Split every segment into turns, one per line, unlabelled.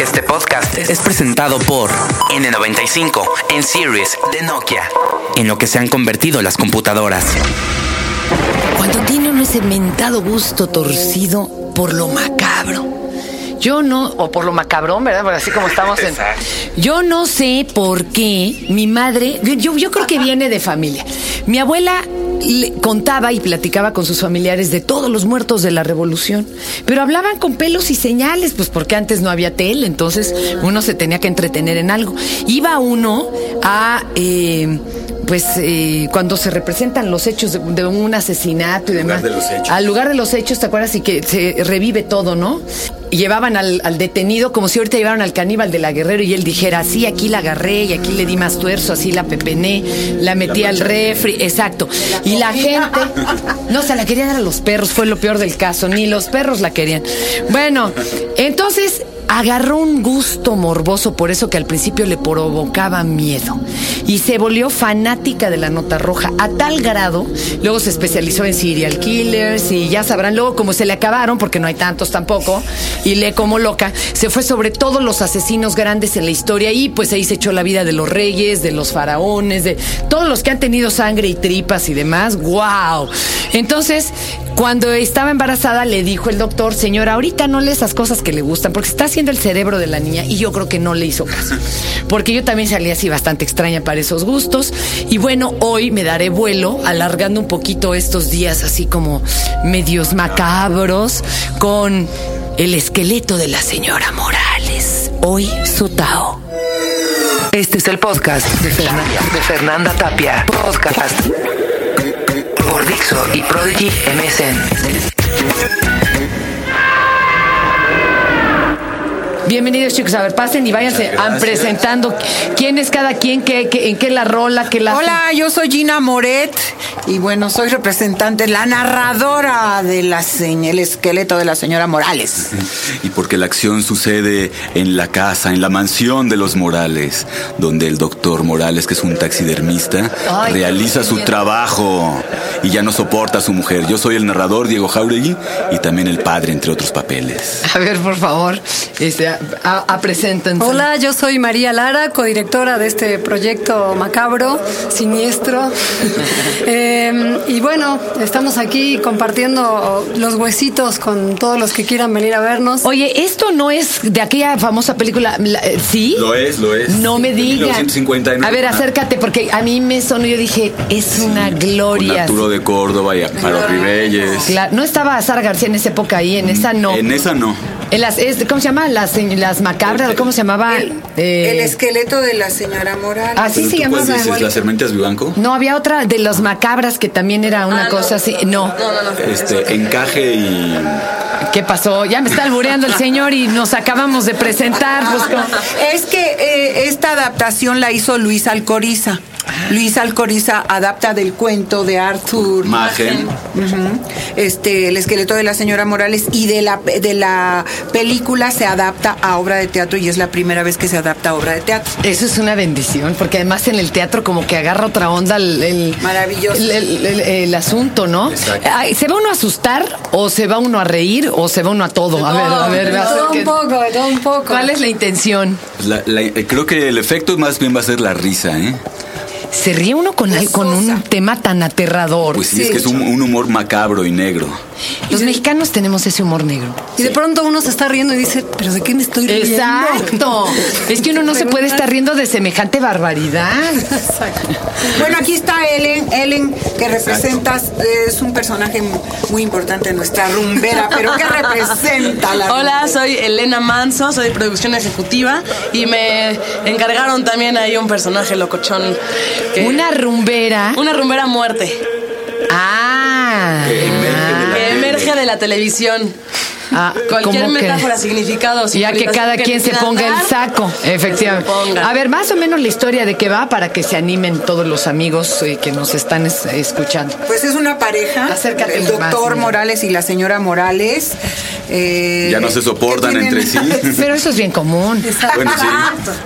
Este podcast es presentado por N95 en Series de Nokia, en lo que se han convertido las computadoras.
Cuando tiene un cementado gusto torcido por lo macabro. Yo no, o por lo macabrón, ¿verdad? Porque así como estamos en. Yo no sé por qué mi madre. Yo, yo creo que viene de familia. Mi abuela le contaba y platicaba con sus familiares de todos los muertos de la revolución, pero hablaban con pelos y señales, pues porque antes no había tele, entonces uno se tenía que entretener en algo. Iba uno a. eh, pues eh, cuando se representan los hechos de, de un asesinato y demás.
de los hechos.
Al lugar de los hechos, ¿te acuerdas? Y que se revive todo, ¿no? Llevaban al, al detenido como si ahorita llevaran al caníbal de la Guerrero y él dijera, sí, aquí la agarré y aquí le di más tuerzo, así la pepené, la metí al refri, exacto. Y la gente, no, se la querían dar a los perros, fue lo peor del caso, ni los perros la querían. Bueno, entonces agarró un gusto morboso por eso que al principio le provocaba miedo y se volvió fanática de la nota roja a tal grado, luego se especializó en serial killers y ya sabrán luego como se le acabaron porque no hay tantos tampoco y le como loca, se fue sobre todo los asesinos grandes en la historia y pues ahí se echó la vida de los reyes, de los faraones, de todos los que han tenido sangre y tripas y demás, wow. Entonces, cuando estaba embarazada le dijo el doctor, señora, ahorita no le esas cosas que le gustan, porque se está haciendo el cerebro de la niña y yo creo que no le hizo caso. Porque yo también salí así bastante extraña para esos gustos. Y bueno, hoy me daré vuelo, alargando un poquito estos días así como medios macabros, con el esqueleto de la señora Morales. Hoy Sutao.
Este es el podcast de Fernanda, de Fernanda Tapia. Podcast por Dixo y Prodigy MSN.
Bienvenidos chicos, a ver, pasen y váyanse
Muchas gracias.
presentando quién es cada quien, qué, qué- en qué la rola, qué la...
Hola, yo soy Gina Moret y bueno, soy representante, la narradora de la seña, el esqueleto de la señora Morales.
Y porque la acción sucede en la casa, en la mansión de los Morales, donde el doctor Morales, que es un taxidermista,
Ay,
realiza su trabajo y ya no soporta a su mujer. Yo soy el narrador Diego Jauregui y también el padre, entre otros papeles.
A ver, por favor, este, a, a- a- preséntense.
Hola, yo soy María Lara, codirectora de este proyecto macabro, siniestro. Eh, y bueno, estamos aquí compartiendo los huesitos con todos los que quieran venir a vernos.
Oye, esto no es de aquella famosa película, la- eh, ¿sí?
es, lo es.
No me digas.
1959.
A ver, acércate, porque a mí me sonó, yo dije, es una
Con
gloria.
Arturo de Córdoba y Amparo Ribelles.
Cla- no estaba Azar García en esa época ahí, en esa no.
Mm, En esa no.
En las, es- ¿Cómo se llama? Las, en las macabras, ¿cómo se llamaba? Eh,
el esqueleto de la señora Morales.
así
Pero
se
tú,
llamaba.
¿cuál dices? ¿Las hermanitas Vivanco?
No, había otra de las macabras que también era una
Ah,
cosa así. No.
Este, encaje y...
¿Qué pasó? Ya me está albureando el señor y nos acabamos de presentar. pues, ¿cómo?
Es que eh, esta adaptación la hizo Luis Alcoriza. Luis Alcoriza adapta del cuento de Arthur
Magen.
Ujú. Este, el esqueleto de la señora Morales y de la, de la película se adapta a obra de teatro y es la primera vez que se adapta a obra de teatro.
Eso es una bendición, porque además en el teatro como que agarra otra onda el, el-
Maravilloso.
el, el- el- el asunto, ¿no?
Exacto.
Ay, ¿Se va uno a asustar o se va uno a reír o se va uno a todo? A ver, a ver,
de
a ver,
todo un
que-
poco, de todo un poco.
¿Cuál es la intención?
Pues la- la- eh, creo que el efecto más bien va a ser la risa, ¿eh?
¿Se ríe uno con, al- con un tema tan aterrador?
Pues sí, es que es un, un humor macabro y negro.
Los mexicanos tenemos ese humor negro.
Y de pronto uno se está riendo y dice, ¿pero de qué me estoy riendo?
Exacto. Es que uno no se puede estar riendo de semejante barbaridad.
Bueno, aquí está Ellen, Ellen que representas, es un personaje mu- muy importante en nuestra rumbera, pero que representa la
Hola,
rumbera.
soy Elena Manso, soy de producción ejecutiva y me encargaron también ahí un personaje locochón. que-
Una rumbera.
una rumbera muerte
Ah.
Eh, que emerge de la televisión.
Ah,
eh, Cualquier
¿cómo que?
metáfora, significado.
Ya que cada quien se ponga el saco, efectivamente. A ver, más o menos la historia de qué va para que se animen todos los amigos eh, que nos están es- escuchando.
Pues es una pareja,
Acércate
el
más,
doctor
mira.
Morales y la señora Morales. eh,
Ya no se soportan
que tienen-
entre sí.
Pero eso es bien común.
Bueno, sí.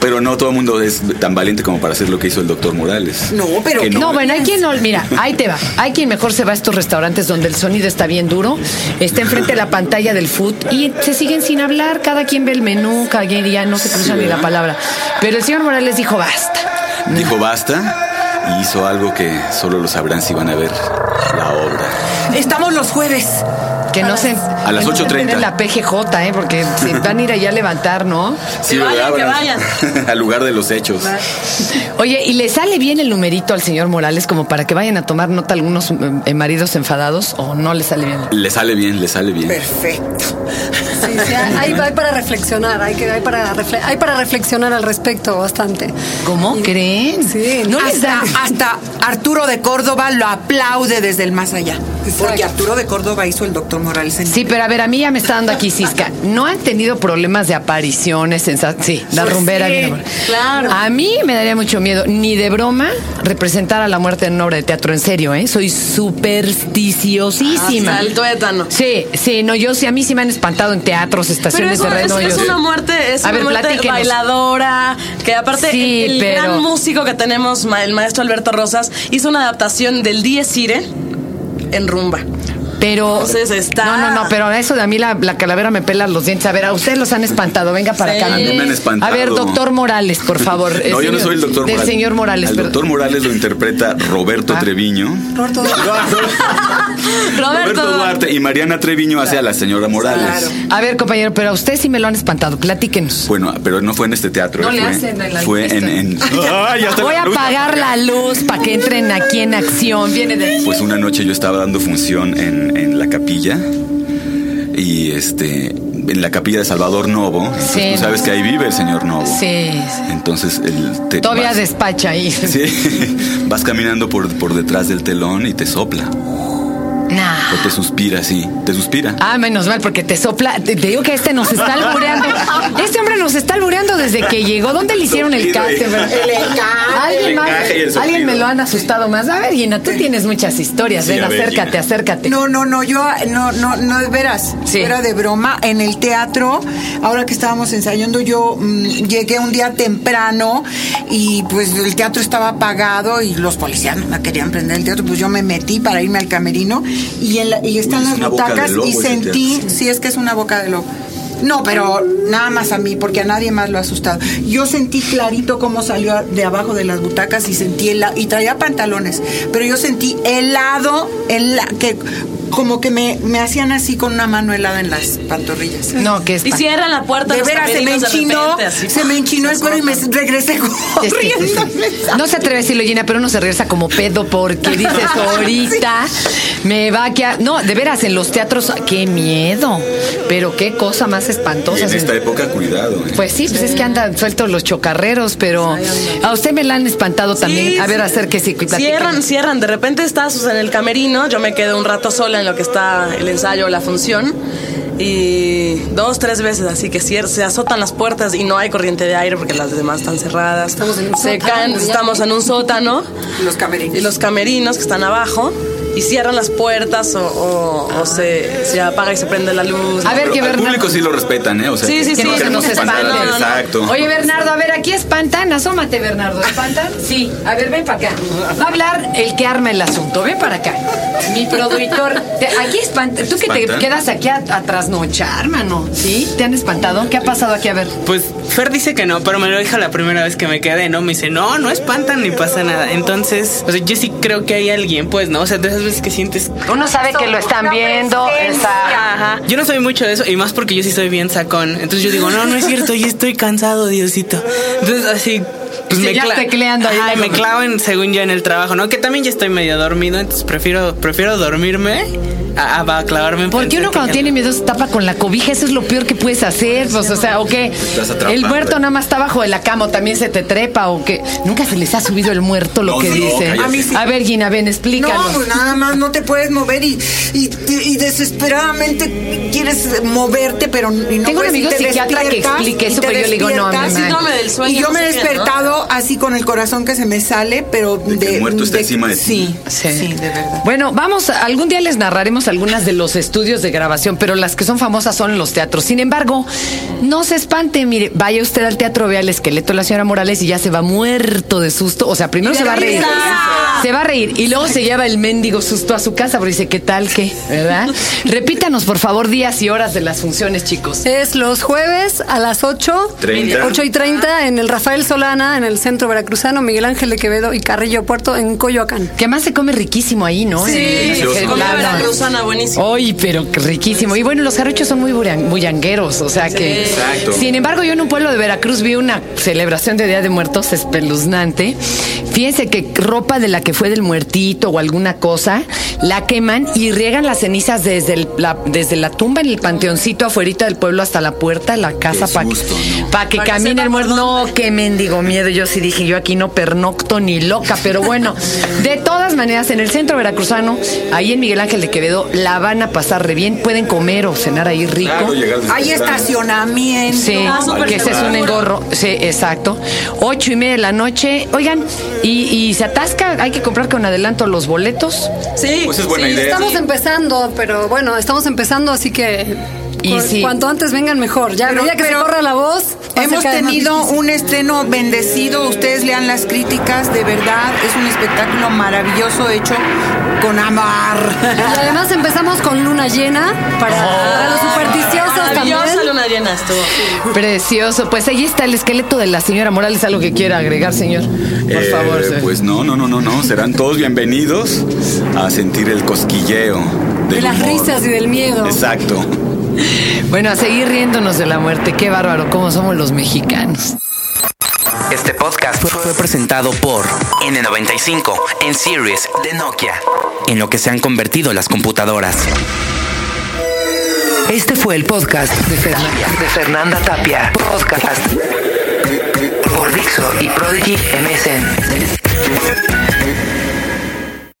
Pero no todo el mundo es tan valiente como para hacer lo que hizo el doctor Morales.
No, pero-
Que
No, bueno, hay quien no, mira, ahí te va. Hay quien mejor se va a estos restaurantes donde el sonido está bien duro, está enfrente de la pantalla del del food y se siguen sin hablar, cada quien ve el menú, cada quien ya no se cruza ni la
¿verdad?
palabra. Pero el señor Morales dijo basta.
Dijo basta y hizo algo que solo lo sabrán si van a ver la obra.
Estamos los jueves.
Que no se
a las
que no se
8:30.
enteren la PGJ, ¿eh? porque se van a ir allá a levantar, ¿no?
Sí,
vayan,
¿verdad?
que
Al lugar de los hechos.
Oye, ¿y le sale bien el numerito al señor Morales como para que vayan a tomar nota algunos eh, maridos enfadados o no le sale bien?
Le sale bien, le sale bien.
Perfecto.
Sí, sí, hay, hay para reflexionar, hay, que, hay, para refle- hay para reflexionar al respecto bastante.
¿Cómo
Y-
creen?
Sí,
no les
hasta,
da.
hasta Arturo de Córdoba lo aplaude desde el más allá. Porque Arturo de Córdoba hizo el doctor Morales en
Sí, pero a ver, a mí ya me está dando aquí cisca. ¿No han tenido problemas de apariciones? sensa- Sí, la
Pues
rumbera.
sí,
viene por-
claro.
A mí me daría mucho miedo, ni de broma, representar a la muerte en una obra de teatro. En serio, ¿eh? Soy supersticiosísima.
Hasta el tuétano.
Sí, sí, no, yo sí, a mí sí me han espantado en teatros,
Pero
estaciones
es,
de
una- es-
radio.
es una muerte, es
A
una
ver,
muerte
platíquenos.
bailadora, que aparte
Sí,
el, el
pero-
gran músico que tenemos, ma- el maestro Alberto Rosas, hizo una adaptación del Dies Irae en rumba.
Pero.
Entonces está-
No, no, no, pero a eso de a mí la, la calavera me pela los dientes. A ver, a ustedes los han espantado. Venga para
Sí.
acá.
A mí me han espantado.
A ver, doctor Morales, por favor.
No,
Eh,
yo no
señor-
soy el doctor
Del
Morales.
señor Morales,
El
perdón.
doctor Morales lo interpreta Roberto
Ah.
Treviño.
Roberto Duarte.
Roberto Duarte y Mariana Treviño hace a la señora Morales.
A ver, compañero, pero a usted sí me lo han espantado. Platíquenos.
Bueno, pero no fue en este teatro.
No
eh,
le
fue,
hacen en la
Fue en. en- ¡Ay, Pues, ya está
Voy
la
a
luz!
apagar la luz para que entren aquí en acción. Viene de ahí.
Pues una noche yo estaba dando función en, en la capilla y este en la capilla de Salvador Novo. Pues
Sí.
tú sabes que ahí vive el señor Novo.
Sí. sí.
Entonces el te-
Todavía
vas-
despacha ahí.
Sí. vas caminando por, por detrás del telón y te sopla.
Nah.
O te suspira, sí. Te suspira.
Ah, menos mal, porque te sopla. Te, te digo que este nos está albureando. Este hombre nos está albureando desde que llegó. ¿Dónde le hicieron el
Soplido y-
casting?
El
Alguien
El
más.
encaje y el
Alguien
soplido.
me lo han asustado más. A ver, Gina, tú tienes muchas historias.
Sí,
Ven,
a ver,
acércate,
Gina.
acércate.
No, no, no, yo no, no, no, de veras,
Sí.
era de broma. En el teatro, ahora que estábamos ensayando, yo mm, llegué un día temprano y pues el teatro estaba apagado y los policías no me querían prender el teatro, pues yo me metí para irme al camerino y, en la- y están
Uy, es una
las
boca de
butacas
lobo
y
ese
sentí,
teatro.
sí es que es una boca de lobo. No, pero nada más a mí, porque a nadie más lo ha asustado. Yo sentí clarito cómo salió de abajo de las butacas y sentí el y traía pantalones, pero yo sentí helado, hela- que como que me, me hacían así con una mano helada en las pantorrillas.
No, que es.
Y cierran la puerta.
De
los
veras se me
camerinos de
enchinó,
repente, así.
se me enchinó el cuero y me regresé corriendo.
No se atreve a decirlo, Gina, pero uno se regresa como pedo porque dices, ahorita me va a quedar... No, de veras, en los teatros, qué miedo. Pero qué cosa más
Y
espantosa.
en esta época, cuidado. eh.
Pues sí, pues es que andan sueltos los chocarreros, pero a usted me la han espantado también.
Sí,
A ver,
sí.
acérquese y platíquenos.
Cierran, cierran. De repente estás o sea, en el camerino. Yo me quedo un rato sola en lo que está el ensayo o la función. Y dos, tres veces así que cier- se azotan las puertas y no hay corriente de aire porque las demás están cerradas.
Estamos en un
se
sótano,
caen,
ya.
estamos en un sótano.
Los camerinos.
Y los camerinos que están abajo. Y cierran las puertas o, o- o se, se apaga y se prende la luz.
A ver,
Pero
que
al
Bernardo-
público sí lo respetan, ¿eh? O sea,
Sí, sí,
no
sí,
que no se
queremos
nos
espantar,
espante.
No, no, no.
Exacto.
Oye, Bernardo, a ver, aquí espantan. Asómate, Bernardo. ¿Espantan? Sí. A ver, ven para acá. Va a hablar el que arma el asunto. Ven para acá. Mi productor. te- aquí espantan. Tú que te
¿Espantan?
quedas aquí a, a trasnochar, mano. ¿Sí? ¿Te han espantado? ¿Qué ha pasado aquí? A ver.
Pues Fer dice que no, pero me lo dijo la primera vez que me quedé, ¿no? Me dice, no, no espantan ni pasa nada. Entonces, o sea, yo sí creo que hay alguien, pues, ¿no? O sea, de esas veces que sientes...
Uno sabe que lo están viendo.
Ajá. Yo no soy mucho de eso, y más porque yo sí soy bien sacón. Entonces yo digo, no, no es cierto, yo estoy cansado, Diosito. Entonces, así... Pues
Sí, ya
cla-
tecleando ahí
Ajá,
luego.
me clavo en, según yo, en el trabajo, ¿no? Que también ya estoy medio dormido, entonces prefiero, prefiero dormirme a, a- a clavarme. en
Porque
pensar
uno
que
cuando
ya-
tiene miedo se tapa con la cobija, eso es lo peor que puedes hacer, pues, o sea, o que
Estás atrapado.
el muerto nada más está bajo de la cama o también se te trepa o que nunca se les ha subido el muerto lo
No,
que
no,
dicen.
cállate.
a,
A mí sí.
ver, Gina, ven, explícanos.
No, pues nada más no te puedes mover y, y, y desesperadamente quieres moverte, pero n- y no
Tengo un
puedes, y
amigo
pues, te
psiquiatra que
despiertas,
explica
y
eso,
te
pero yo le digo, no,
despiertas,
mamá.
Síndrome del sueño,
Y yo
no
me he
sé qué, ¿no?
despertado así con el corazón que se me sale, pero de,
que el muerto está encima de ti.
sí,
Sí.
sí, de verdad.
Bueno, vamos, algún día les narraremos conocemos algunas de los estudios de grabación, pero las que son famosas son los teatros. Sin embargo, no se espante, mire, vaya usted al teatro, vea el esqueleto de la señora Morales y ya se va muerto de susto. O sea, primero se va a reír. Se va a reír y luego se lleva el mendigo susto a su casa porque dice, ¿qué tal qué? ¿Verdad? Repítanos, por favor, días y horas de las funciones, chicos.
Es los jueves a las 8,
30.
8 y 30 en el Rafael Solana, en el Centro Veracruzano, Miguel Ángel de Quevedo y Carrillo Puerto, en Coyoacán.
Que además se come riquísimo ahí, ¿no? En-
Sí,
Delicioso.
en-
comida
Claro.
veracruzana, buenísimo.
Ay, pero qué riquísimo. Y bueno, los jarochos son muy buran- bullangueros, o sea que.
Exacto.
Sin embargo, yo en un pueblo de Veracruz vi una celebración de Día de Muertos espeluznante. Fíjense que ropa de la que fue del muertito o alguna cosa, la queman y riegan las cenizas desde, el- la, desde la tumba en el panteoncito afuerita del pueblo hasta la puerta de la casa para que,
susto, ¿no?
pa' que
Para que
camine
sepa
el
por
muerto. No, qué mendigo miedo. Yo sí dije, yo aquí no pernocto ni loca, pero bueno, de todas maneras, en el centro veracruzano, ahí en Miguel Ángel de Quevedo, la van a pasar re bien. Pueden comer o cenar ahí rico.
Claro, llegar desde
Hay
temprano.
estacionamiento.
Sí,
Ah, súper
que ese es un
seguro.
engorro. Sí, exacto. Ocho y media de la noche. Oigan, y, y se atasca, hay que comprar con adelanto los boletos.
Sí,
Pues es buena
sí,
idea.
estamos
Estamos
en-
empezando, pero bueno, estamos empezando, así que
Y
cu-
sí.
cuanto antes vengan mejor. Ya,
Pero-
ya que
pero
se corra la voz, va a ser
Hemos
cada vez más
tenido
difícil.
un estreno bendecido, ustedes lean las críticas, de verdad es un espectáculo maravilloso hecho con amar.
Y además empezamos con luna llena para, para los
Ah,
supersticiosos
Maravillosa
también.
luna llena estuvo.
Precioso. Pues ahí está el esqueleto de la señora Morales. Algo que quiera agregar, señor. Por
Eh,
favor. señor.
Pues no, no, no, no, no. Serán todos bienvenidos a sentir el cosquilleo
De
del
las
humor.
risas y del miedo.
Exacto.
Bueno, a seguir riéndonos de la muerte. Qué bárbaro, cómo somos los mexicanos.
Este podcast fue- fue presentado por N95 en Series de Nokia, en lo que se han convertido las computadoras. Este fue el podcast de Fernanda, de Fernanda Tapia. Podcast por Dixo y Prodigy MSN.